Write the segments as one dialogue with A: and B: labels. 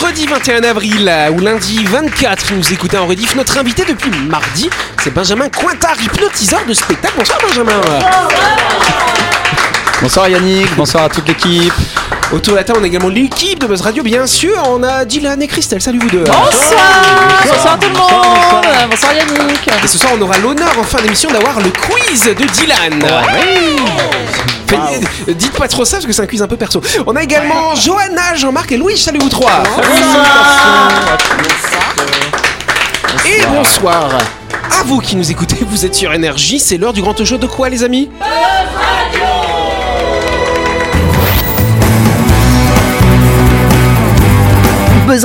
A: jeudi 21 avril euh, ou lundi 24, nous écoutez en rediff. Notre invité depuis mardi, c'est Benjamin Cointard, hypnotiseur de spectacle. Bonsoir Benjamin.
B: Bonsoir Yannick, bonsoir à toute l'équipe.
A: Autour de la table, on a également l'équipe de Buzz Radio, bien sûr. On a Dylan et Christelle. Salut vous deux.
C: Bonsoir Bonsoir tout le monde Bonsoir Yannick
A: Et ce soir, on aura l'honneur en fin d'émission d'avoir le quiz de Dylan. Faites- Dites pas trop ça parce que c'est un quiz un peu perso. On a également Johanna, Jean-Marc et Louis. Salut vous trois. Et bonsoir à vous qui nous écoutez, vous êtes sur Énergie, c'est l'heure du grand show de quoi les amis
D: Buzz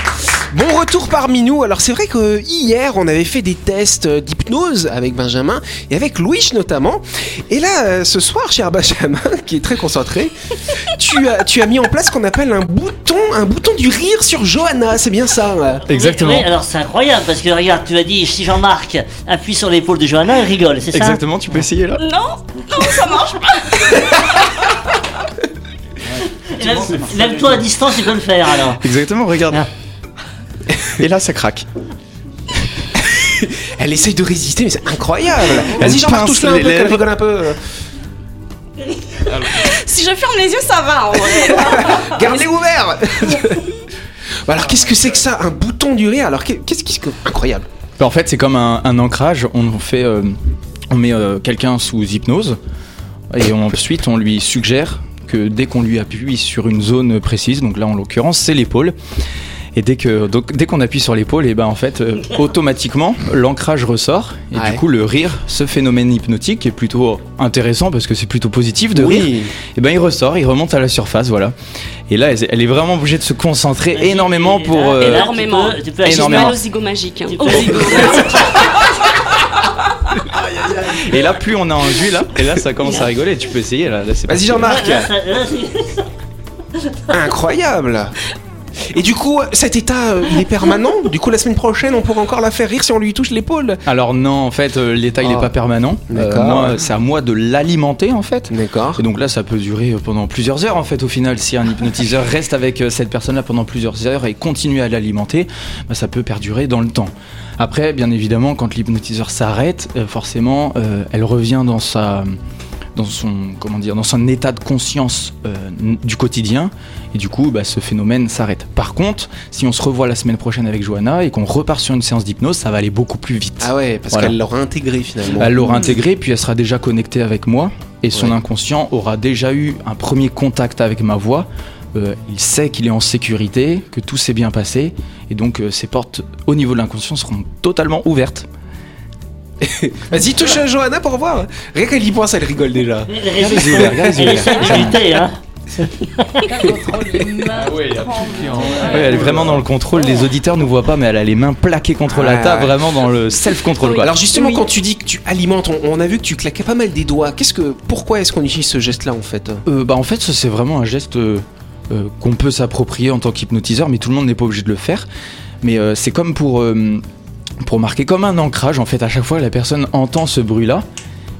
A: Bon retour parmi nous. Alors c'est vrai que euh, hier on avait fait des tests euh, d'hypnose avec Benjamin et avec Louis notamment. Et là euh, ce soir, cher Benjamin, qui est très concentré, tu as, tu as mis en place ce qu'on appelle un bouton, un bouton du rire sur Johanna, c'est bien ça. euh.
B: Exactement.
E: Oui, alors c'est incroyable parce que regarde, tu as dit si Jean-Marc appuie sur l'épaule de Johanna, elle rigole, c'est ça
B: Exactement, tu peux essayer là
C: Non Non, ça marche pas
E: Et Même, même toi à distance, tu peux le faire alors.
B: Exactement, regarde.
E: Ah.
B: Et là, ça craque.
A: Elle essaye de résister, mais c'est incroyable.
B: Elle
A: Vas-y Jean-Marc,
B: pince
A: touche-la un
B: les
A: peu, qu'elle
B: lèvres.
A: rigole un peu.
C: Si je ferme les yeux, ça va en vrai
A: Gardez ouvert Bah Alors qu'est-ce que c'est que ça Un bouton du rire Alors qu'est- qu'est-ce qui se... Incroyable
B: Bah, en fait, c'est comme un, un ancrage. On fait, euh, on met euh, quelqu'un sous hypnose et on- ensuite on lui suggère que dès qu'on lui appuie sur une zone précise, donc là en l'occurrence c'est l'épaule, et dès que donc, dès qu'on appuie sur l'épaule, et ben en fait euh, automatiquement l'ancrage ressort et
A: Ouais.
B: du coup le rire, ce phénomène hypnotique qui est plutôt intéressant parce que c'est plutôt positif de rire. Et ben il ressort, il remonte à la surface, voilà. Et là, elle elle est vraiment obligée de se concentrer
E: Vas-y,
B: énormément
E: et-
B: pour.
E: et là,
B: euh,
E: tu peux-
C: énormément.
E: Tu peux,
C: J'ai
B: Énormément.
C: mal au zigo magique. hein.
E: Tu
C: Au
E: peux-
C: zigo.
B: Et là, plus on a enduit là, et là ça commence à rigoler. Tu peux essayer là. là, c'est
A: Vas-y
B: parti.
A: Jean-Marc
E: Là, ça- là, c'est-
A: Incroyable Et du coup, cet état, euh, il est permanent Du coup, la semaine prochaine, on pourra encore la faire rire si on lui touche l'épaule
B: Alors non, en fait, euh, l'état il
A: Ah.
B: n'est pas permanent. Euh,
A: D'accord.
B: moi, c'est à moi de l'alimenter en fait.
A: D'accord.
B: Et donc là, ça peut durer euh, pendant plusieurs heures en fait. Au final, si un hypnotiseur reste avec euh, cette personne-là pendant plusieurs heures et continue à l'alimenter, bah, ça peut perdurer dans le temps. Après, bien évidemment, quand l'hypnotiseur s'arrête, euh, forcément, euh, elle revient dans sa dans son comment dire dans son état de conscience euh, n- du quotidien et du coup bah, ce phénomène s'arrête par contre si on se revoit la semaine prochaine avec Johanna et qu'on repart sur une séance d'hypnose ça va aller beaucoup plus vite
A: Ah ouais, parce
B: Voilà.
A: qu'elle l'aura intégré finalement.
B: elle l'aura intégrée, puis elle sera déjà connectée avec moi, et son
A: Ouais.
B: inconscient aura déjà eu un premier contact avec ma voix. Euh, il sait qu'il est en sécurité, que tout s'est bien passé, et donc euh, ses portes au niveau de l'inconscient seront totalement ouvertes.
A: Vas-y, touche à Johanna pour voir Rien qu'elle y pense, elle rigole déjà.
E: les réseaux
B: les ouvert, gars, les
E: Elle
B: ouvert.
E: essaie de lutter, hein.
B: Ouais, elle est vraiment dans le contrôle, les auditeurs ne voient pas, mais elle a les mains plaquées contre la
A: Ah.
B: table, vraiment dans le self-control. quoi.
A: Alors justement,
C: Oui.
A: quand tu dis que tu alimentes, on, on a vu que tu claquais pas mal des doigts. Qu'est-ce que, pourquoi est-ce qu'on utilise ce geste-là en fait
B: Euh, bah, en fait, ça, c'est vraiment un geste euh, euh, qu'on peut s'approprier en tant qu'hypnotiseur, mais tout le monde n'est pas obligé de le faire. Mais euh, c'est comme pour, euh, pour marquer comme un ancrage. En fait, à chaque fois que la personne entend ce bruit-là,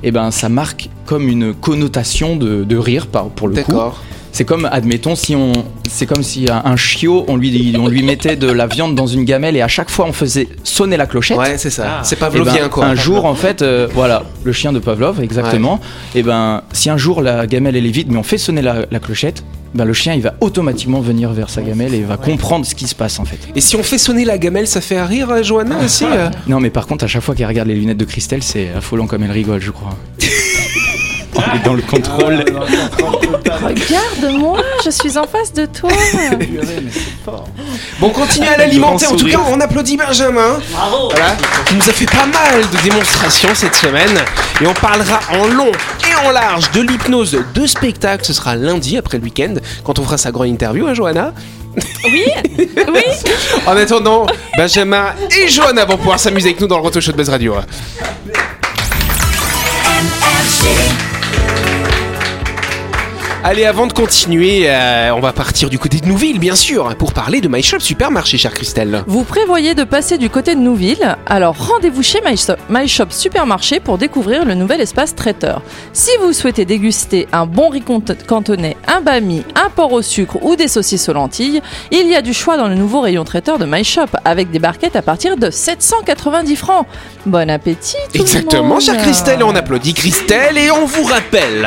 B: et ben, ça marque comme une connotation de, de rire par- pour le coup.
A: D'accord.
B: C'est comme, admettons, si on, c'est comme si un, un chiot, on lui, on lui mettait de la viande dans une gamelle et à chaque fois on faisait sonner la clochette.
A: Ouais, c'est ça. C'est
B: Eh ben,
A: Pavlovien quoi.
B: Un jour, en fait, euh, voilà, le chien de Pavlov, exactement. Et ben, si un jour la gamelle elle est vide, mais on fait sonner la, la clochette, ben le chien il va automatiquement venir vers sa gamelle et il va comprendre ce qui se passe en fait.
A: Et si on fait sonner la gamelle, ça fait rire euh, Johanna aussi euh
B: Non, mais par contre, à chaque fois qu'elle regarde les lunettes de Christelle, c'est affolant comme elle rigole, je crois. Elle est dans le contrôle.
F: Regarde-moi, je suis en face de toi.
A: Bon, continue à l'alimenter. En tout cas, on applaudit Benjamin.
E: Bravo
A: Voilà. Il nous a fait pas mal de démonstrations cette semaine. Et on parlera en long et en large de l'hypnose de spectacle. Ce sera lundi après le week-end, quand on fera sa grande interview, hein, Johanna
F: Oui, oui.
A: En attendant, Benjamin et Johanna vont pouvoir s'amuser avec nous dans le Roto Show de Buzz Radio. Allez, avant de continuer, euh, on va partir du côté de Nouville, bien sûr, pour parler de My Shop Supermarché, chère Christelle.
F: Vous prévoyez de passer du côté de Nouville, alors rendez-vous chez My Shop, My Shop Supermarché pour découvrir le nouvel espace traiteur. Si vous souhaitez déguster un bon riz cont- cantonais, un bami, un porc au sucre ou des saucisses aux lentilles, il y a du choix dans le nouveau rayon traiteur de My Shop avec des barquettes à partir de 790 francs. Bon appétit tout le
A: Exactement,
F: monde.
A: chère Christelle, et on applaudit Christelle et on vous rappelle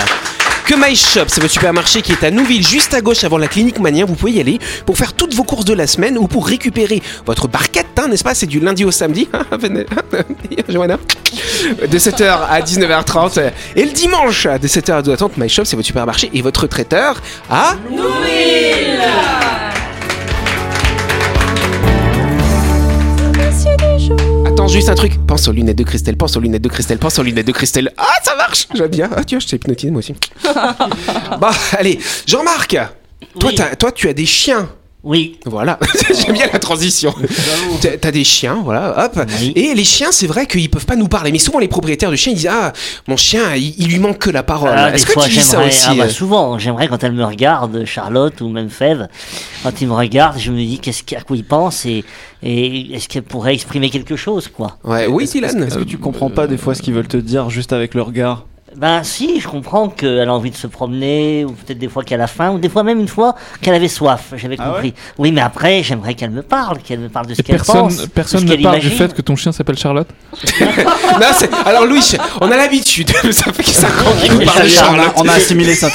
A: que My Shop, c'est votre supermarché qui est à Nouville, juste à gauche avant la clinique Mania. Vous pouvez y aller pour faire toutes vos courses de la semaine ou pour récupérer votre barquette, hein, n'est-ce pas C'est du lundi au samedi. hein, venez, Johanna De 7h à 19h30. Et le dimanche, de 7h à 12h30, My Shop, c'est votre supermarché et votre traiteur à Attends juste un truc. Pense aux lunettes de Christelle, pense aux lunettes de Christelle, pense aux lunettes de Christelle. Ah, ça marche J'aime bien. Ah, tu vois, je t'ai hypnotisé moi aussi. bah, allez, Jean-Marc, toi,
E: Oui.
A: t'as- toi, tu as des chiens.
E: Oui.
A: Voilà, j'aime bien la transition. T'as t'as des chiens, voilà, hop.
E: Oui.
A: Et les chiens, c'est vrai qu'ils peuvent pas nous parler, mais souvent les propriétaires de chiens, ils disent Ah, mon chien, il, il lui manque que la parole.
E: Ah, des
A: Est-ce que
E: fois,
A: tu dis ça
E: j'aimerais-
A: aussi
E: ah, bah,
A: euh
E: Souvent, j'aimerais quand elle me regarde, Charlotte ou même Fève, quand il me regarde, je me dis qu'est-ce qu'à quoi il pense et, et est-ce qu'elle pourrait exprimer quelque chose, quoi.
A: Ouais, oui,
G: Est-ce-
A: Dylan.
G: Est-ce que tu comprends pas des fois ce qu'ils veulent te dire juste avec le regard
E: Ben si, je comprends qu'elle a envie de se promener, ou peut-être des fois qu'elle a faim, ou des fois même une fois qu'elle avait soif, j'avais
G: Ah ouais
E: compris. oui, mais après, j'aimerais qu'elle me parle, qu'elle me parle de ce
H: Et
E: qu'elle
H: personne,
E: pense. de
H: personne
E: ce
H: ne
E: qu'elle
H: parle du
E: imagine.
H: fait que ton chien s'appelle Charlotte.
A: Non, c'est- Alors, Louis, on a l'habitude. ça fait 50 ans qu'il nous
E: Et
A: parle de
E: Charlotte.
A: Charlotte.
G: On a assimilé cette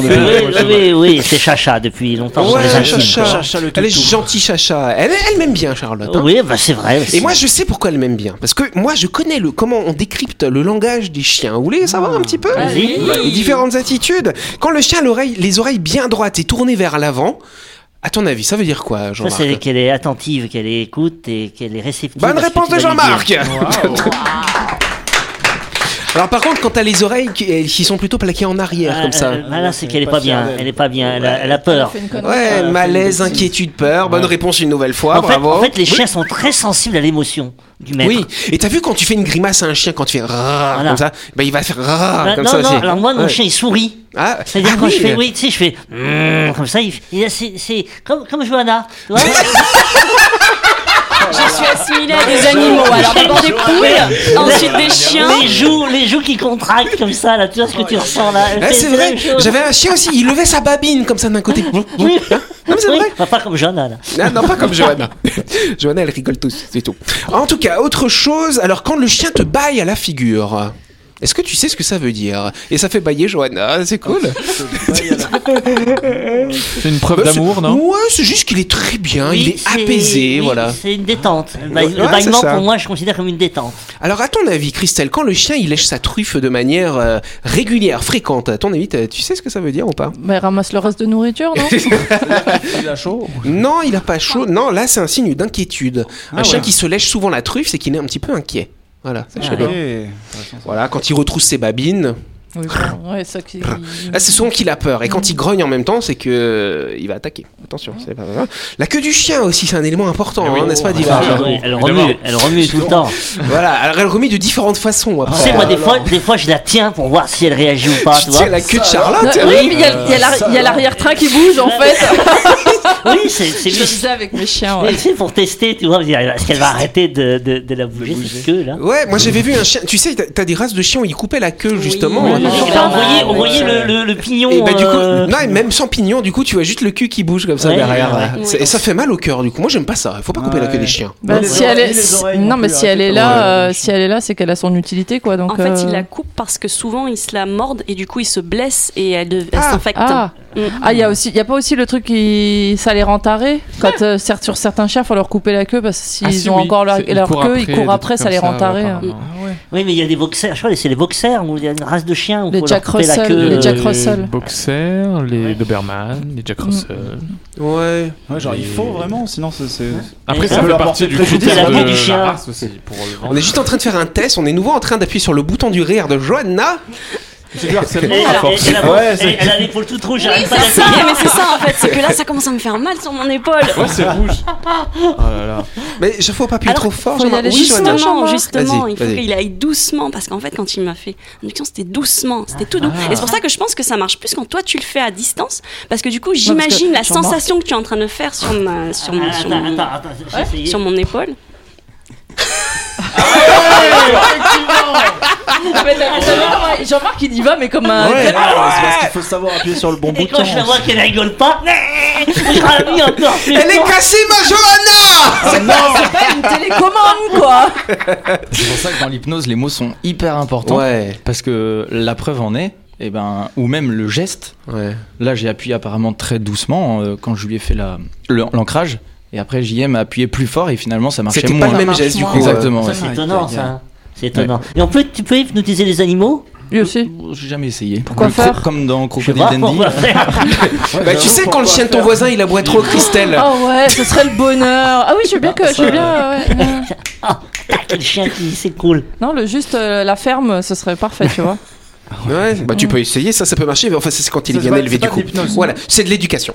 E: Oui,
G: de
E: oui, oui, oui, c'est Chacha depuis longtemps. on les
A: Ouais,
E: intime,
A: Chacha.
E: quoi.
G: Chacha, le
A: Elle est
G: toutou.
A: gentille, Chacha. Elle, elle m'aime bien, Charlotte. hein.
E: Oui, bah c'est vrai.
A: Et
E: c'est-
A: moi, je sais pourquoi elle m'aime bien. Parce que moi, je connais le comment on décrypte le langage des chiens. Vous voulez savoir un petit peu
E: Vas-y.
A: Les différentes attitudes. Quand le chien a l'oreille, les oreilles bien droites et tournées vers l'avant, à ton avis, ça veut dire quoi,
E: Ça,
A: Jean-Marc
E: c'est qu'elle est attentive, qu'elle écoute et qu'elle est réceptive.
A: Bonne
E: à ce que
A: réponse
E: tu
A: de
E: vas lui
A: Jean-Marc
E: dire.
A: Alors par contre, quand t'as les oreilles qui, qui sont plutôt plaquées en arrière,
E: Ah,
A: comme ça...
E: euh, bah là, c'est qu'elle est
G: pas
E: pas
G: fière
E: bien.
G: d'elle.
E: Elle est pas bien. Elle a, elle a peur.
F: Fait une connerie.
A: Ouais,
G: une
A: malaise,
G: bêtise.
A: inquiétude, peur. Bonne réponse une nouvelle fois,
E: en, fait,
A: bravo.
E: en fait, les chiens sont très sensibles à l'émotion du maître.
A: Oui, et t'as vu quand tu fais une grimace à un chien, quand tu fais rrrr
E: Voilà.
A: comme ça, bah, il va faire rrrr
E: Bah,
A: comme
E: non,
A: ça
E: non,
A: aussi.
E: alors moi, mon
A: Ouais.
E: chien, il sourit.
A: Ah,
E: C'est-à-dire
A: ah
E: quand je
A: oui.
E: fais, oui, tu sais, je fais Mm comme ça, il, il a- c'est, c'est comme, comme Johanna. Tu vois
F: Je suis assimilée à
E: Bah,
F: des animaux. Alors d'abord des poules, ensuite des chiens.
E: les joues, les joues qui contractent comme ça, là, tu vois ce que tu ressens là.
A: Ah, c'est
E: la
A: vrai,
E: même chose. Ah,
A: j'avais un chien aussi, il levait sa babine comme ça d'un côté. Hein non,
E: Oui.
A: mais c'est
E: Oui,
A: vrai.
E: bah, pas comme Johanna là.
A: Ah, non, pas comme Johanna. Johanna, elle rigole tous, c'est tout. En tout cas, autre chose, alors quand le chien te baille à la figure, est-ce que tu sais ce que ça veut dire Et ça fait bailler Johanna, c'est cool.
H: C'est une preuve
A: Bah, c'est-
H: d'amour, non
A: Ouais, c'est juste qu'il est très bien,
E: Oui,
A: il est
E: c'est-
A: apaisé,
E: oui,
A: voilà.
E: C'est une détente. Le, ba-
A: Ouais,
E: le
A: ouais,
E: bâillement,
A: c'est ça.
E: pour moi, je considère comme une détente.
A: Alors, à ton avis, Christelle, quand le chien il lèche sa truffe de manière euh, régulière, fréquente, à ton avis, t'as- tu sais ce que ça veut dire ou pas
F: Mais ramasse le reste de nourriture, non
G: Il a chaud.
A: Non, il a pas chaud. Non, là, c'est un signe d'inquiétude. un
G: Ah
A: chien
G: ouais. Ah
A: qui se lèche souvent la truffe, c'est qu'il est un petit peu inquiet. Voilà, sachez-le. Voilà, quand il retrousse ses babines,
F: Oui, bon, ouais, ça qui.
A: là c'est souvent qu'il a peur. Et quand il grogne en même temps, c'est que euh, il va attaquer. Attention, c'est pas La queue du chien aussi, c'est un élément
G: Eh
A: important, hein, n'est-ce pas, Dylan
E: Ah, oui, elle remue, elle remue tout le temps.
A: Voilà, alors elle remet de différentes façons.
E: Tu
A: Après.
E: sais, moi, des fois, des fois, je la tiens pour voir si elle réagit ou pas,
A: Oh.
E: tu
A: Tu tiens
E: vois.
A: la queue de
F: Non,
A: Charlotte
F: oui, mais il y a- il y a la- il y a l'arrière-train qui bouge en fait.
E: Oui, c'est, c'est
F: Je le faisais avec mes chiens.
E: Mais
F: ouais.
E: c'est pour tester, tu vois, me dire, est-ce qu'elle va arrêter de, de, de la bouger, cette queue, là
A: Ouais, moi j'avais vu un chien. Tu sais, t'as- t'as des races de chiens où ils coupaient la queue justement.
F: oui,
E: Et
F: oui.
E: on voyait, on voyait le, le, le pignon.
A: Et bah, du coup,
E: euh,
A: non, et même sans pignon, du coup, tu vois juste le cul qui bouge comme ça
E: Ouais,
A: derrière.
E: ouais,
A: ouais. C'est- Et ça fait mal au cœur, du coup. Moi, j'aime pas ça. Faut pas couper la queue
G: Ouais.
A: des chiens.
F: Bah,
G: Non,
F: si
G: mais
F: elle est,
G: les
F: si-
G: oreilles non
F: non,
G: plus,
F: mais si elle est
G: arrêtez
F: là,
G: pas.
F: euh, si elle est là, c'est qu'elle a son utilité, quoi. Donc,
I: En fait, il
F: euh,
I: la coupe parce que souvent ils se la mordent et du coup ils se blessent et elle, dev- elle
A: Ah,
I: s'infecte.
F: Ah,
I: Mm.
F: ah, il y a aussi, il y a pas aussi le truc qui, ça les rend tarés. Quand euh, certes, sur certains chiens, faut leur couper la queue parce que s'ils
H: Ah, si,
F: ont
H: oui.
F: encore leur,
H: C'est-
F: leur
H: court
F: queue, ils
H: des
F: courent après,
H: trucs
F: ça
H: comme
F: les rend tarés. hein.
H: apparemment.
E: Oui, mais il y a des boxers, je crois, c'est les boxers, ou il y a une race de chiens. où
F: Les
E: faut
F: Jack
E: leur couper la
F: Russell,
E: queue,
F: les
E: euh,
F: Jack Russell.
H: Les boxers, les Doberman, les Jack Russell.
A: Ouais.
G: Ouais, genre il faut vraiment, sinon c'est. c'est-
H: Après,
E: Et
H: ça
E: ça
H: fait
G: peut
H: partie du
E: préjudice à la
H: critère
E: peau du
H: de
E: chien.
H: la race aussi. Pour le
A: On est juste en train de faire un test. On est nouveau en train d'appuyer sur le bouton du rire de Johanna.
G: C'est du
E: Et,
G: harcèlement.
E: et-
G: à
E: et-
G: force.
E: et la pauvre-
G: Ouais, c'est-
E: et elle a l'épaule toute rouge, j'arrive pas
I: C'est ça,
E: d'appuyer.
I: mais c'est ça en fait, c'est que là ça commence à me faire mal sur mon épaule.
H: Ah,
G: Ouais, c'est rouge. Oh là là.
A: Mais je faut pas appuyer
I: Alors,
A: trop fort.
F: faut y
A: Jean-Marc.
F: aller
A: Oui,
F: doucement.
A: Johanna.
I: Justement,
F: Jean-Marc.
I: justement,
A: Vas-y,
I: il faut
A: vas-y.
I: qu'il aille doucement parce qu'en fait, quand il m'a fait induction, c'était doucement, c'était tout doux. Et c'est pour ça que je pense que ça marche plus quand toi tu le fais à distance parce que du coup, j'imagine la
F: Jean-Marc-
I: sensation que tu es en train de faire sur ma, sur mon, sur
E: Attends,
I: mon,
E: attends, attends, j'ai essayé.
I: sur mon épaule.
F: hein. Ah, Jean-Marc, il y va, mais comme un.
G: Ouais, alors, c'est parce qu'il faut savoir appuyer sur le bon
E: Et
G: bouton.
E: quand je la vois qu'elle rigole pas, je ravis encore plus.
A: Elle est
E: fort.
A: cassée, ma Johanna
F: C'est pas une télécommande, quoi.
B: C'est pour ça que dans l'hypnose, les mots sont hyper importants.
A: Ouais,
B: Parce que la preuve en est, et ben, ou même le geste.
A: ouais.
B: Là, j'ai appuyé apparemment très doucement euh, quand je lui ai fait la- le- l'ancrage. Et après, JM a appuyé plus fort et finalement, ça marchait
A: C'était
B: moins.
A: pas le même geste du coup. euh.
B: Exactement.
E: Ça,
B: ouais.
E: c'est étonnant, ça. hein. C'est étonnant. Et en plus, tu peux hypnotiser les animaux
F: Lui aussi.
B: J'ai jamais essayé.
F: Pourquoi
B: Le
F: faire
B: cro- Comme dans
E: Je sais
B: Crocodile
E: pas
B: Dandy.
E: pourquoi faire.
A: euh. Bah, tu sais, quand le chien de ton voisin il aboie trop, Christelle.
F: Oh ouais, ce serait le bonheur. Ah oui, je veux bien que. Je veux bien. euh, ouais. Euh,
E: Ah, quel chien qui s'écroule.
F: Non, le juste euh, la ferme, ce serait parfait, tu vois.
A: Ouais, bah tu peux essayer, ça, ça peut marcher. Mais enfin, c'est quand il est
G: Ça, c'est
A: bien
G: pas-
A: élevé
G: c'est
A: du
G: pas
A: coup.
G: de l'hypnose.
A: Voilà, c'est de l'éducation.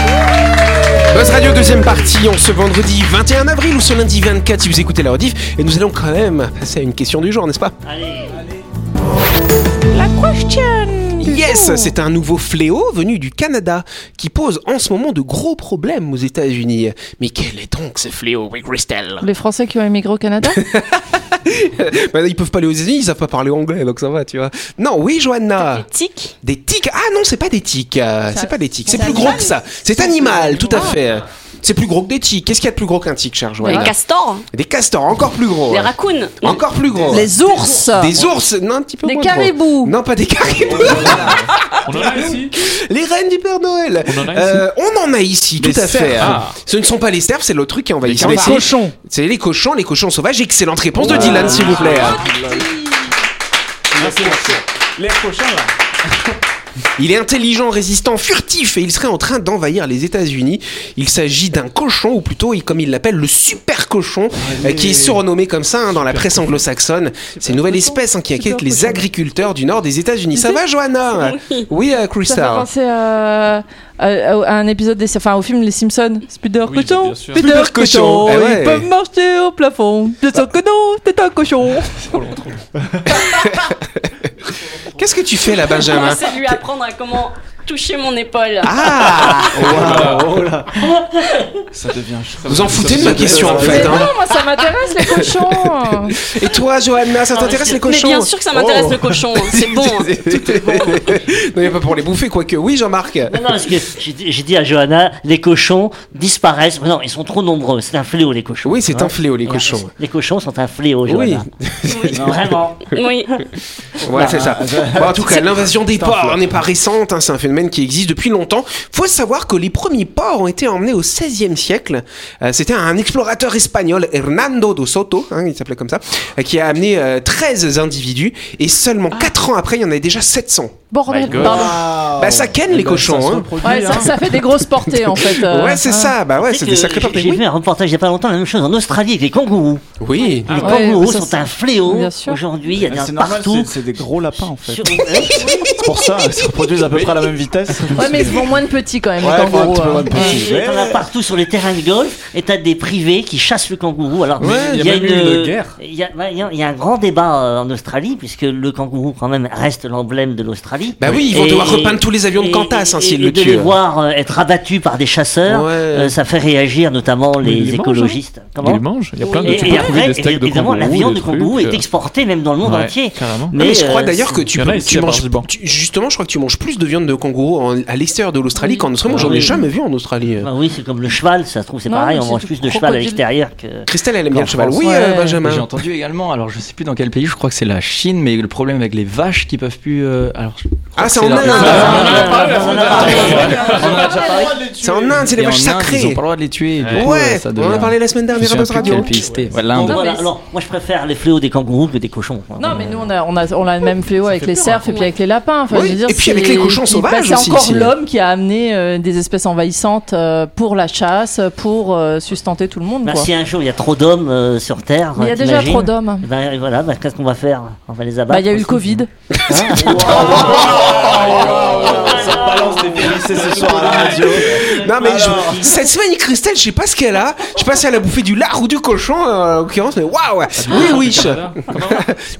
A: Buzz Radio, deuxième partie, en ce vendredi 21 avril ou ce lundi 24 si vous écoutez la rediff. Et nous allons quand même passer à une question du jour, n'est-ce pas
E: Allez.
F: La question.
A: Yes,
F: Yo.
A: c'est un nouveau fléau venu du Canada qui pose en ce moment de gros problèmes aux États-Unis. Mais quel est donc ce fléau, oui, Christelle
F: Les Français qui ont émigré au Canada
A: Bah, Ils peuvent pas aller aux États-Unis, ils savent pas parler anglais, donc ça va, tu vois. Non, oui, Johanna.
E: Ah.
I: Les tics.
A: Des tiques Ah non, c'est pas des tiques. euh, C'est pas des tiques. C'est
C: c'est
A: plus gros que ça. C'est animal, tout à fait. C'est plus gros que des tiques. Qu'est-ce qu'il y a de plus gros qu'un tic, cher
I: Les
A: Johanna
I: castors,
A: Des castors, encore plus gros.
I: les
A: ouais.
I: raccoons.
A: Encore plus gros. hein.
F: Les ours
A: Des ours, non, un petit peu
F: Les
A: moins gros.
F: caribous.
A: Non, pas des caribous.
H: On en a ici
A: les reines du Père Noël.
H: On en a ici
A: Euh, on en a ici, tout à fait.
H: Ah.
A: Ce ne sont pas les cerfs, c'est l'autre truc qui envahit. Les
H: cochons.
A: C'est les cochons, les cochons sauvages. Excellente réponse de Dylan, s'il vous plaît.
G: Les cochons là.
A: Il est intelligent, résistant, furtif et il serait en train d'envahir les États-Unis. Il s'agit d'un cochon, ou plutôt, il- comme il l'appelle, le super cochon, euh, qui est surnommé comme ça hein, dans la presse anglo-saxonne. C'est une nouvelle espèce hein, qui inquiète les agriculteurs du nord des États-Unis. Ça va, Johanna Oui, euh,
F: Ça fait
A: Christa.
F: penser à, à- à un épisode des, enfin, au film Les Simpsons. Spider
H: Oui,
F: Cochon
H: bien sûr.
F: Spider
A: Spider Cochon,
F: Cochon
A: eh
F: Ils
A: ouais.
F: peuvent marcher au plafond Bien sûr que non, c'est un cochon
A: Qu'est-ce que tu fais là,
I: Je
A: Benjamin
I: commence à lui apprendre à comment toucher mon épaule.
A: Ah
B: Ça devient
A: Vous en foutez de ma question en fait.
F: Mais
A: hein.
F: non, moi ça m'intéresse les cochons
A: Et toi, Johanna, ça
I: Ah,
A: t'intéresse
I: mais-
A: les cochons
I: Mais bien sûr que ça m'intéresse
A: Oh.
I: le cochon, hein, c'est bon. hein.
A: non, mais pas pour les bouffer, quoique. Oui, Jean-Marc.
E: Non, non, parce que j'ai dit- j'ai dit à Johanna, les cochons disparaissent. Mais non, ils sont trop nombreux. C'est un fléau, les cochons.
A: Oui, c'est
E: Hein
A: un fléau, les
E: Et
A: cochons.
E: Les cochons sont un fléau,
A: Oui,
E: Johanna. Vraiment.
I: hein. Oui,
A: ouais, c'est ça. Bon, en tout cas, l'invasion des porcs n'est pas récente, hein, c'est un phénomène qui existe depuis longtemps. Faut savoir que les premiers porcs ont été emmenés au XVIe siècle. Euh, C'était un explorateur espagnol, Hernando de Soto, hein, il s'appelait comme ça, euh, qui a amené euh, 13 individus, et seulement 4
I: Ah.
A: ans après, il y en avait déjà 700.
F: Bordel,
H: My God.
F: pardon.
A: Bah, ça ken, les cochons, hein.
F: Ouais, ça, ça fait des grosses portées en fait. euh,
A: ouais, c'est
I: Ah.
F: hein.
A: ça, bah ouais,
E: Tu sais
A: c'est
E: que
A: des sacrés porcs.
E: J'ai j'ai vu un reportage il y a pas longtemps, la même chose en Australie avec les kangourous.
A: Oui,
E: Les
F: Ah ouais,
E: kangourous
F: ça,
E: sont
F: c'est-
E: un fléau.
F: Bien sûr.
E: Aujourd'hui, il y en a
G: C'est normal,
E: partout.
G: c'est- c'est des gros lapins en fait.
E: Sur-
G: C'est pour ça, ils se reproduisent à peu près à la même vitesse.
F: Ouais, mais ils vont moins de petits quand même,
G: Ouais,
F: les
G: faut un
F: kangourous.
G: petit peu
F: hein.
G: moins de petits.
E: Et T'en as partout sur les terrains de golf et t'as des privés qui chassent le kangourou. Alors,
G: Ouais, il y a même eu une guerre.
E: Il y, a- ouais, il y a- il y a un grand débat euh, en Australie, puisque le kangourou, quand même, reste l'emblème de l'Australie.
A: Bah oui, ils vont devoir repeindre tous les avions de
E: et-
A: Qantas, hein,
E: et-
A: s'ils
E: et
A: le
E: de
A: tuent.
E: les voir euh, être abattus par des chasseurs,
A: Ouais.
E: euh, ça fait réagir notamment les
H: ils les mangent, hein.
E: écologistes.
H: Ils
E: Comment
H: les mangent. Il y a plein de
E: et,
H: tu
E: et
H: peux trouver
E: après,
H: des steaks de
E: évidemment,
H: kangourou.
E: la viande
H: des
E: de kangourou
H: trucs,
E: est
H: euh,
E: exportée même dans le monde
H: ouais,
E: entier.
H: Carrément.
A: Mais je crois
E: euh,
A: d'ailleurs que tu,
H: Il y en a
A: peux-
H: ici
A: tu
H: à
A: manges.
H: Bargiban.
A: tu- justement, je crois que tu manges plus de viande de kangourous en- à l'extérieur de l'Australie qu'en Australie. Moi,
E: Ah
A: j'en ai
E: oui.
A: jamais vu en Australie.
E: Bah oui, c'est comme le cheval, ça se trouve, c'est
F: Non,
E: pareil,
F: mais
E: on
F: c'est
E: mange
F: du
E: plus de cheval à
F: crocodile.
E: l'extérieur que.
A: Christelle, elle aime bien
B: Qu'en
A: le cheval.
B: France,
A: Oui,
B: ouais.
A: euh, Benjamin.
B: J'ai entendu également, alors je sais plus dans quel pays, je crois que c'est la Chine, mais le problème avec les vaches qui peuvent plus. euh, alors, je crois
A: Ah,
B: que
A: c'est en
B: la-
A: Inde. C'est en Inde, c'est les
B: Et en
A: vaches
B: Inde, Ils ont
A: sacrées.
B: pas le droit de les tuer. et du
A: Ouais.
B: coup, euh,
A: Ouais,
B: ça
A: on en
B: devient-
A: a parlé la semaine dernière
B: je
A: à
B: sais
A: Buzz
B: plus
A: Radio.
B: quel pays c'était. Ouais, l'Inde.
E: Donc voilà,
F: mais-
E: alors, moi je préfère les fléaux des kangourous que des cochons.
F: Non, mais nous, on a, on a, on a le même fléau avec les cerfs et puis avec les lapins. Enfin,
A: hein, Oui,
F: je veux dire,
A: et puis avec
F: c'est-
A: les cochons
F: il-
A: sauvages
F: bah, C'est
A: aussi,
F: encore
A: c'est-
F: l'homme qui a amené euh, des espèces envahissantes euh, pour la chasse, pour euh, sustenter tout le monde.
E: Bah,
F: quoi.
E: si un jour il y a trop d'hommes euh, sur Terre,
F: Mais il y a déjà
E: t'imagines
F: trop d'hommes.
G: Bah,
E: Ben voilà, ben, qu'est-ce qu'on va faire On va les abattre.
F: Bah, il y a eu le
E: aussi.
F: Covid. Oh
E: Oh
G: Ça balance des vérités ce soir à la radio.
A: Non mais je- cette semaine, Christelle, je sais pas ce qu'elle a. Je sais pas si elle a bouffé du lard ou du cochon euh, en l'occurrence, mais waouh Oui, Wish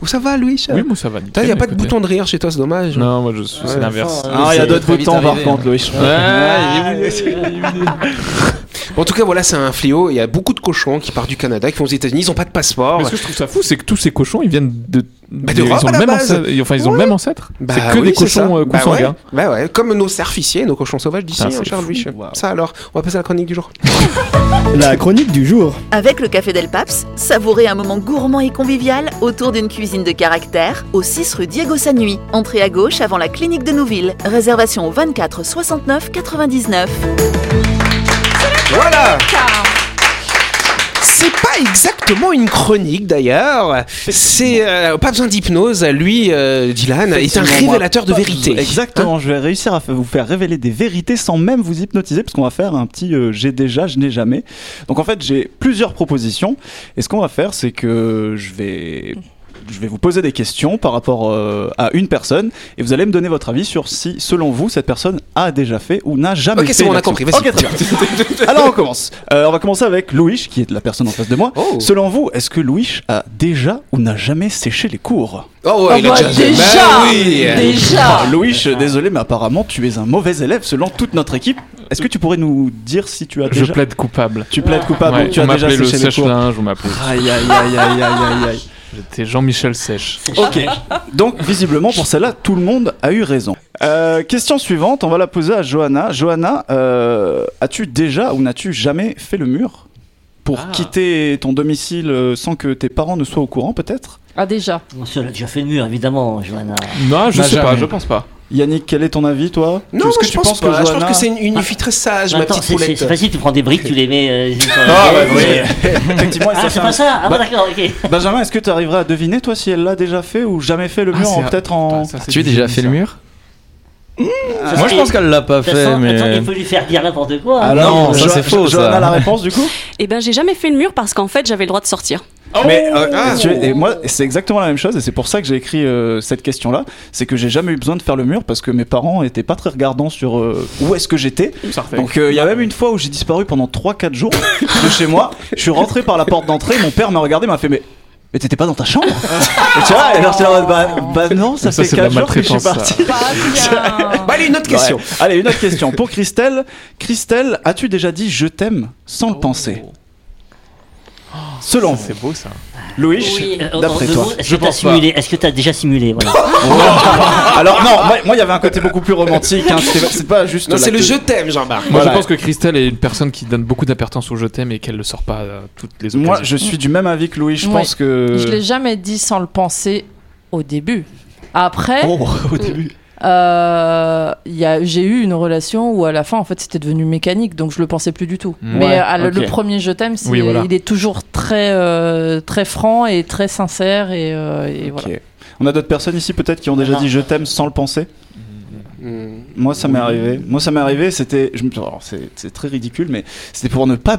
A: Où ça va, Louis
H: Oui, moi ça va.
A: Il n'y a pas de
H: écoutez.
A: bouton de rire chez toi, c'est dommage.
H: Non, moi je suis. C'est l'inverse.
G: Ah, il y a d'autres
B: Très vite
G: boutons par
B: arrivé,
G: contre, Louis.
H: Ah,
A: Bon, en tout cas, voilà, c'est un fléau. Il y a beaucoup de cochons qui partent du Canada, qui vont aux États-Unis, ils ont pas de passeport.
H: Mais ce que je trouve ça fou, c'est que tous ces cochons, ils viennent de.
A: d'Europe,
H: ils ont
A: à la
H: le même
A: base.
H: ancêtre. Enfin, ils ont le
A: Ouais.
H: même ancêtre.
A: Bah
H: c'est que
A: oui,
H: des
A: ça.
H: cochons euh,
A: Bah ouais.
H: consanguins.
A: Bah ouais, comme nos cerficiers, nos cochons sauvages d'ici,
H: Ah,
A: hein,
H: c'est
A: cher
H: fou.
A: Louis. Ça alors, on va passer à la chronique du jour.
J: La chronique du jour.
D: Avec le Café Del Paps, savourez un moment gourmand et convivial autour d'une cuisine de caractère au 6 rue Diego Sanui. Entrée à gauche avant la clinique de Nouville. Réservation au 24 69 99.
A: Voilà c'est pas exactement une chronique d'ailleurs. C'est euh, pas besoin d'hypnose. Lui, euh, Dylan, est un
G: Effectivement, moi,
A: révélateur de
G: pas
A: vérité. Hein
G: besoin- Exactement, je vais réussir à fa- vous faire révéler des vérités sans même vous hypnotiser, parce qu'on va faire un petit euh, j'ai déjà, je n'ai jamais. Donc en fait, j'ai plusieurs propositions, et ce qu'on va faire, c'est que je vais. Je vais vous poser des questions par rapport euh, à une personne et vous allez me donner votre avis sur si, selon vous, cette personne a déjà fait ou n'a jamais
A: Ok,
G: fait.
A: c'est bon, on a
G: l'action.
A: compris, vas-y.
G: Ok, très bien. Alors on commence. Euh, on va commencer avec Louis, qui est la personne en face de moi.
A: Oh.
G: Selon vous, est-ce que Louis a déjà ou n'a jamais séché les cours
A: Oh, ouais,
F: Ah
A: il a
F: bah,
A: déjà.
F: déjà,
A: Bah oui.
F: déjà.
G: ah, Louis, euh, désolé, mais apparemment tu es un mauvais élève selon toute notre équipe. Est-ce que tu pourrais nous dire si tu as
H: Je
G: déjà.
H: plaide coupable.
G: Tu plaides coupable,
H: Ouais,
G: donc tu
H: on
G: as déjà
H: m'appelait le
G: séché les cours.
H: sèche-linge, on m'appelait.
G: Aïe, aïe, aïe, aïe, aïe, aïe, aïe.
H: J'étais Jean-Michel Sèche.
G: Ok, donc visiblement pour celle-là, tout le monde a eu raison. Euh, question suivante, on va la poser à Johanna. Johanna, euh, as-tu déjà ou n'as-tu jamais fait le mur pour
H: Ah.
G: quitter ton domicile euh, sans que tes parents ne soient au courant peut-être
F: Ah, déjà.
E: Monsieur, on a déjà fait le mur, évidemment, Johanna.
H: Non, je
G: Bah,
H: sais pas,
B: Ah,
G: jamais.
H: je pense pas.
G: Yannick, quel est ton avis toi
A: Non, moi,
G: Est-ce que
A: je
G: tu
A: pense
G: penses
A: pas.
G: que
A: Je
G: Johanna-
A: pense que c'est une, une fille très sage, ma
E: Attends,
A: petite
E: c'est- c'est c'est
A: poulette.
E: facile, tu prends des briques, tu les mets. euh, sur la
G: Ah,
E: tête.
G: bah, oui. Effectivement,
E: Ah,
G: ça
E: c'est
G: fait
E: pas
G: un-
E: ça Ah,
G: Bah,
E: bah, d'accord, ok.
G: Benjamin, est-ce que tu arriverais à deviner, toi, si elle l'a déjà fait ou jamais fait le
H: Ah,
G: mur en-
H: c'est-
G: Peut-être en.
H: Ça, c'est
B: Tu as déjà
H: difficile,
B: fait le
H: ça. Ah,
B: mur
E: Ça,
B: Moi, je
E: c'est-
B: pense qu'elle l'a pas
E: De toute
B: fait,
E: façon, attends,
B: mais.
E: il peut lui faire dire n'importe quoi.
B: Ah,
E: hein.
B: non, ça, c'est faux, ça.
G: Johanna, la réponse, du coup
I: Eh ben, j'ai jamais fait le mur parce qu'en fait, j'avais le droit de sortir.
G: Mais euh,
A: ah.
G: tu vois, et moi, c'est exactement la même chose, et c'est pour ça que j'ai écrit euh, cette question-là. C'est que j'ai jamais eu besoin de faire le mur parce que mes parents étaient pas très regardants sur euh, où est-ce que j'étais.
H: Parfait.
G: Donc euh, il y a même une fois où j'ai disparu pendant 3-4 jours de chez moi. Je suis rentré par la porte d'entrée, mon père m'a regardé, m'a fait mais. Mais t'étais pas dans ta chambre Et tu vois, et alors j'étais là, bah, bah non, ça,
H: Ça,
G: fait
H: c'est de la
G: 4 jours que je suis
H: maltraitance, ça.
G: parti.
A: Bah, allez, une autre question.
G: Ouais. Allez, une autre question pour Christelle. Christelle, as-tu déjà dit je t'aime sans le penser Selon
H: Ça,
G: vous,
H: c'est beau ça.
G: Louis,
I: Oui.
E: Euh, en-
G: d'après
E: en deux
G: toi.
E: mots, Est-ce
H: je
E: que t'as
H: pense
E: simulé Est-ce que t'as déjà simulé voilà.
G: Oh. Alors non, moi- moi il y avait un côté beaucoup plus romantique. hein, c'était- C'est pas juste.
A: Non,
G: la
A: c'est le
G: queue.
A: je t'aime, Jean-Marc.
H: Moi
G: Voilà.
H: je pense que Christelle est une personne qui donne beaucoup d'importance au je t'aime et qu'elle le sort pas à toutes les
G: Moi,
H: occasions.
G: je suis du même avis que Louis. Je
F: Oui.
G: pense que.
F: Je l'ai jamais dit sans le penser au début. Après,
G: Oh, au début.
F: euh, il y a- j'ai eu une relation où à la fin, en fait, c'était devenu mécanique, donc je le pensais plus du tout.
H: Mm.
F: Mais
G: Ouais,
F: euh, le-
G: ok.
F: le premier je t'aime, c'est-
H: Oui, voilà.
F: il est toujours très, euh, très franc et très sincère et, euh, et voilà.
G: Ok. On a d'autres personnes ici peut-être qui ont déjà
E: Non.
G: dit je t'aime sans le penser.
A: Hmm.
G: Moi, ça m'est arrivé. Moi, ça m'est arrivé. C'était. je me- alors, c'est c'est très ridicule, mais c'était pour ne pas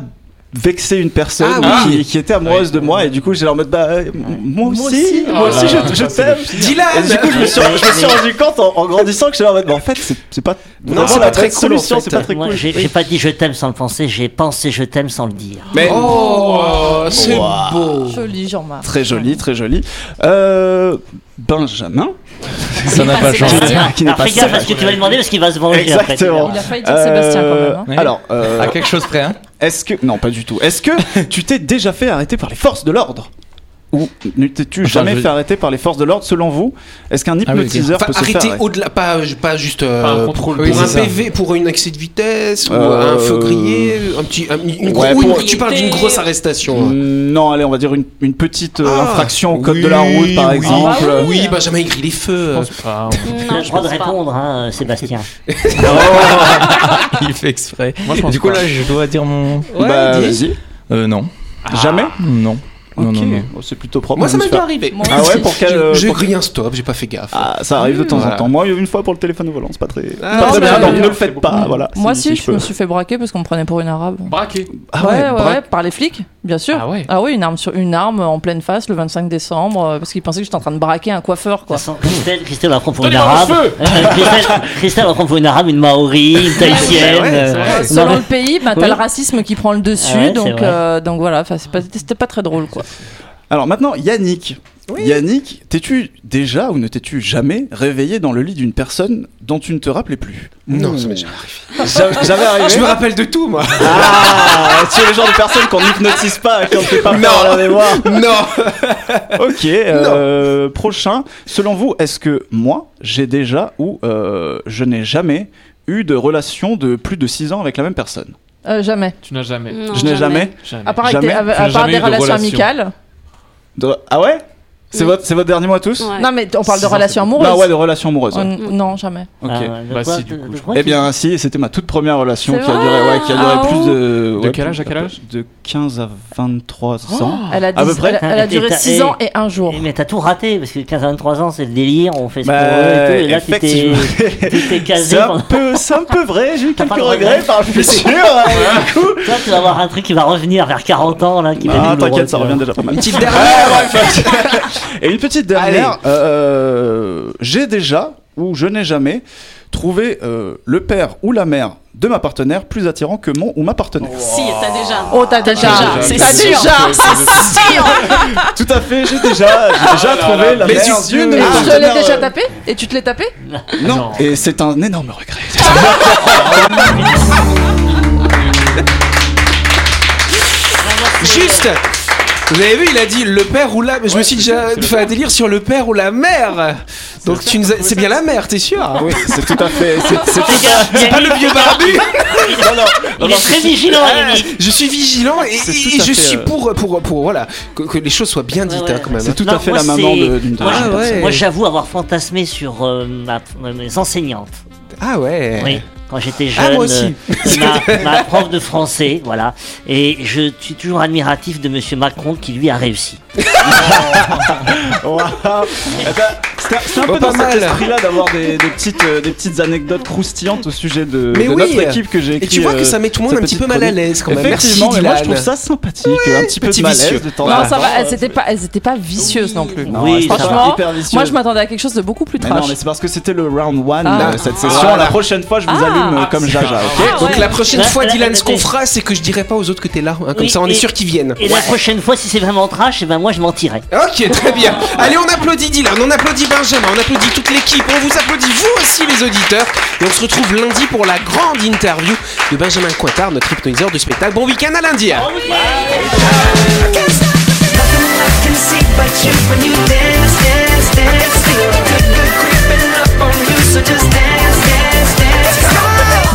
G: vexer une personne
A: Ah oui.
G: qui, qui était amoureuse de moi et du coup j'étais en mode bah euh, m- moi aussi
A: Ah,
G: moi aussi, je, je t'aime
A: Dylan
G: et du coup je me suis, je me suis rendu compte en, en grandissant que j'étais en mode bah en fait c'est c'est pas
A: Non,
G: vraiment
A: c'est
G: la
A: pas très
G: bonne
A: cool,
G: solution
A: en fait.
G: c'est pas très
E: Moi,
G: cool
E: j'ai j'ai pas dit je t'aime sans le penser, j'ai pensé je t'aime sans le dire.
G: mais
A: Oh, c'est
G: Ouah.
A: beau.
F: Joli, Jean-Marc.
G: Très joli, très joli. Euh, Benjamin,
B: Ça n'a pas changé.
G: qui n'est
E: Alors
G: pas
E: fais gaffe
G: seul.
E: parce que tu vas lui demander parce qu'il va se venger après. tu
G: Exactement.
E: verras.
F: Il a failli dire Sébastien quand
G: Euh,
F: même. hein.
B: hein.
G: Alors, euh,
B: À quelque chose près, hein
G: est-ce que non, pas du tout. Est-ce que tu t'es déjà fait arrêter par les forces de l'ordre ou n'étais-tu jamais
H: je-
G: fait arrêter par les forces de l'ordre selon vous Est-ce qu'un
H: Ah oui, ok.
G: hypnotiseur
A: Enfin,
G: peut se
A: arrêter
G: faire
A: au-delà, pas, pas juste euh,
H: Par un contrôle,
A: pour
H: oui,
A: un
H: c'est ça.
A: PV, pour une accès de vitesse, ou
G: Euh,
A: un feu grillé, un petit, un- une,
G: ouais,
A: ou une-
G: pour-
A: tu parles d'une grosse arrestation. hein.
G: Non, allez, on va dire une, une petite euh,
A: Ah,
G: infraction au code
A: oui,
G: de la route, par
A: oui. Ah,
G: exemple.
A: Oui, Benjamin, il grille les feux.
E: Tu as le droit de répondre, hein, Sébastien.
B: Il fait exprès.
H: Moi, je pense
B: du coup,
H: pas.
B: là, je dois dire mon.
G: bah,
A: dis. Ah.
G: vas-y.
B: Euh, non.
G: Jamais
B: Non. Non,
G: Ok.
B: non, non.
G: Oh, C'est plutôt propre.
A: Moi, ça
G: de
A: m'est
G: se
A: déjà
G: faire-
A: arrivé.
G: Ah ouais, pour quel, euh,
A: J'ai
G: pour-
A: grillé un stop, j'ai pas fait gaffe.
G: Ah, ça arrive de temps
A: Voilà.
G: en temps. Moi, une fois pour le téléphone au volant, c'est pas très,
A: Ah,
G: pas très
F: bah,
G: bien, donc
F: oui.
G: ne le faites pas. Ah, Voilà.
F: Moi, si, je
G: peux.
F: me suis fait braquer parce qu'on me prenait pour une arabe.
H: Braqué.
G: Ah ouais,
F: ouais, ouais,
G: bra-
F: ouais, par les flics, bien sûr.
H: Ah ouais.
F: oui, une arme, sur, une arme en pleine face le 25 décembre euh, parce qu'ils pensaient que j'étais en train de braquer un coiffeur, quoi.
E: Christelle, Christelle, Christelle va prendre pour une
H: Donnez-moi
E: arabe.
H: le feu
E: Euh, Christelle, Christelle va prendre pour une arabe, une
G: Ah
E: maori,
G: bah
E: une tahitienne. euh,
F: Euh,
E: non,
F: Selon le pays, bah, t'as
E: Oui.
F: le racisme qui prend le dessus,
E: Ah ouais, c'est
F: donc,
E: vrai.
F: euh, donc voilà, enfin, c'est pas- c'était pas très drôle, quoi.
G: Alors maintenant, Yannick. Yannick, t'es-tu déjà ou ne t'es-tu jamais réveillé dans le lit d'une personne dont tu ne te rappelais plus
A: Non, ça m'est jamais
G: Jamais jamais
A: Hmm. arrivé. Ah, Je me
G: arrivé
A: rappelle de tout, moi.
G: Ah Tu es le genre de personne qu'on hypnotise pas, qu'on ne fait pas peur à la mémoire.
A: non.
G: Ok, euh, prochain. Selon vous, est-ce que moi, j'ai déjà ou euh, je n'ai jamais eu de relation de plus de 6 ans avec la même personne
F: Euh, jamais.
H: Tu n'as jamais.
I: Non,
G: Je n'ai jamais.
H: Jamais.
F: À part, avec
G: Jamais.
F: des- à- à
H: Tu n'as
F: part
H: jamais
F: des
H: eu de
F: relations
H: relation.
F: amicales.
G: De- Ah ouais C'est
I: Oui.
G: votre, c'est votre dernier mot à tous
I: Ouais.
F: Non, mais on parle
H: Six
F: de
H: ans, c'est-
F: relations amoureuses.
G: Bah ouais, de relation amoureuse.
F: On-
G: ouais.
F: Non, jamais.
G: Ok.
E: Ah, ouais, de
H: Bah
E: quoi-
H: si, du
E: de-
H: coup,
E: de
H: je
E: quoi
G: Eh
E: tu-
G: bien, si, c'était ma toute première relation
F: C'est
G: qui a
F: vrai
G: duré, ouais, qui a duré
F: Ah,
G: plus de.
H: De
G: ouais,
H: quel âge à
G: plus-
H: quel âge
G: De 15 à 23
E: Oh.
G: ans.
F: Elle a,
G: À peu
F: dix-
G: près.
F: elle a- elle a
E: Et
F: duré
E: t'as-
F: 6
E: et-
F: ans et un jour.
E: Eh, Mais t'as tout raté, parce que 15 à 23 ans, c'est le délire, on fait ce qu'on
G: Bah,
E: veut et tout, et là, tu t'es-
G: effectivement.
E: tu t'es
G: C'est
E: casé
G: un
E: pendant-
G: peu, c'est un peu vrai, j'ai eu
E: T'as
G: quelques
E: pas de regrets
G: regrets par le futur. et du coup-
E: Toi, tu vas avoir un truc qui va revenir vers 40 ans, là, qui va nous
G: Ah,
E: le
G: t'inquiète, ça
E: re-
G: revient déjà pas mal.
A: Une petite dernière.
G: Et une petite dernière, euh, j'ai déjà, ou je n'ai jamais, trouvé euh, le père ou la mère de ma partenaire plus attirant que mon ou ma partenaire.
I: Si, t'as déjà.
F: Oh, t'as
I: Déjà,
F: déjà.
I: c'est
F: T'as
I: sûr.
F: déjà. Ah,
G: Tout à fait, j'ai déjà, j'ai déjà trouvé la
A: Mais
G: mère
A: tu-
G: d'une
A: mais
F: Et
A: Ah,
F: tu te l'as
G: partenaire,
F: déjà
G: euh,
F: tapé Et tu te l'es tapé
G: Non. et c'est un énorme regret.
A: Juste. Vous avez vu, il a dit le père ou la. Je me suis déjà fait un délire sur le père ou la mère. Donc tu nous as- c'est bien la mère, t'es sûr
G: Ah, oui, c'est tout à fait. c'est- c'est tout-
E: Les gars,
A: C'est pas le vieux barbu.
E: Il est très vigilant, Yannick.
A: Je suis vigilant et,
G: C'est tout
A: et
G: à
A: je
G: fait,
A: suis
G: euh,
A: pour pour pour voilà que, que les choses soient bien dites
E: Ouais, ouais.
A: hein, quand même.
G: C'est tout
E: Non,
G: à fait
E: moi,
G: la maman
E: c'est-
G: de- d'une
E: Moi,
G: personne.
A: Ah ouais.
E: Moi, j'avoue avoir fantasmé sur euh, ma- mes enseignantes.
A: Ah ouais.
G: Eh.
E: Oui. Quand j'étais jeune,
A: Ah, moi aussi.
E: euh, ma, ma prof de français, voilà. Et je suis toujours admiratif de Monsieur Macron qui lui a réussi.
G: Waouh. Attends, Eh ben, C'est un- c'est un
A: Bon,
G: peu
A: pas
G: dans cet
A: mal.
G: esprit-là d'avoir des, des petites, euh, des petites anecdotes croustillantes au sujet de,
A: Mais
G: de
A: oui.
G: notre équipe que j'ai
A: Et
G: écrit.
A: tu vois que
G: euh,
A: ça met tout le monde
G: sa
A: un petit peu
G: petite
A: mal à
G: chronique.
A: l'aise quand même. Merci
G: Effectivement, mais
A: Dylan.
G: moi je trouve ça sympathique, un petit peu
A: petit
G: de malaise
A: vicieux.
G: de temps
A: Voilà.
F: Non, ça va.
G: temps.
F: Elles étaient pas, elles étaient pas vicieuses non plus.
G: Non,
E: Oui,
G: elles sont
F: franchement,
G: hyper vicieuses.
F: Moi, je m'attendais à quelque chose de beaucoup plus
G: Mais non,
F: trash.
G: mais c'est parce que c'était le round one
F: Ah.
G: euh, cette session.
A: Ah.
G: La prochaine fois, je vous
F: Ah.
G: allume euh, comme Jaja, ok
F: Ah
A: Donc
F: ouais.
A: la prochaine
E: Là,
A: fois,
E: là,
A: Dylan,
E: là,
A: ce qu'on
E: là,
A: fera, c'est que je dirai pas aux autres que t'es là. hein, comme
E: Oui,
A: ça, on est
E: et-
A: sûr qu'ils viennent.
E: Et la prochaine fois, si c'est vraiment trash, et ben moi, je mentirai.
A: Ok, très bien. Allez, on applaudit Dylan, on applaudit Benjamin, on applaudit toute l'équipe, on vous applaudit vous aussi les auditeurs. Et on se retrouve lundi pour la grande interview de Benjamin Cointard, notre hypnotiseur du spectacle. Bon week-end à lundi.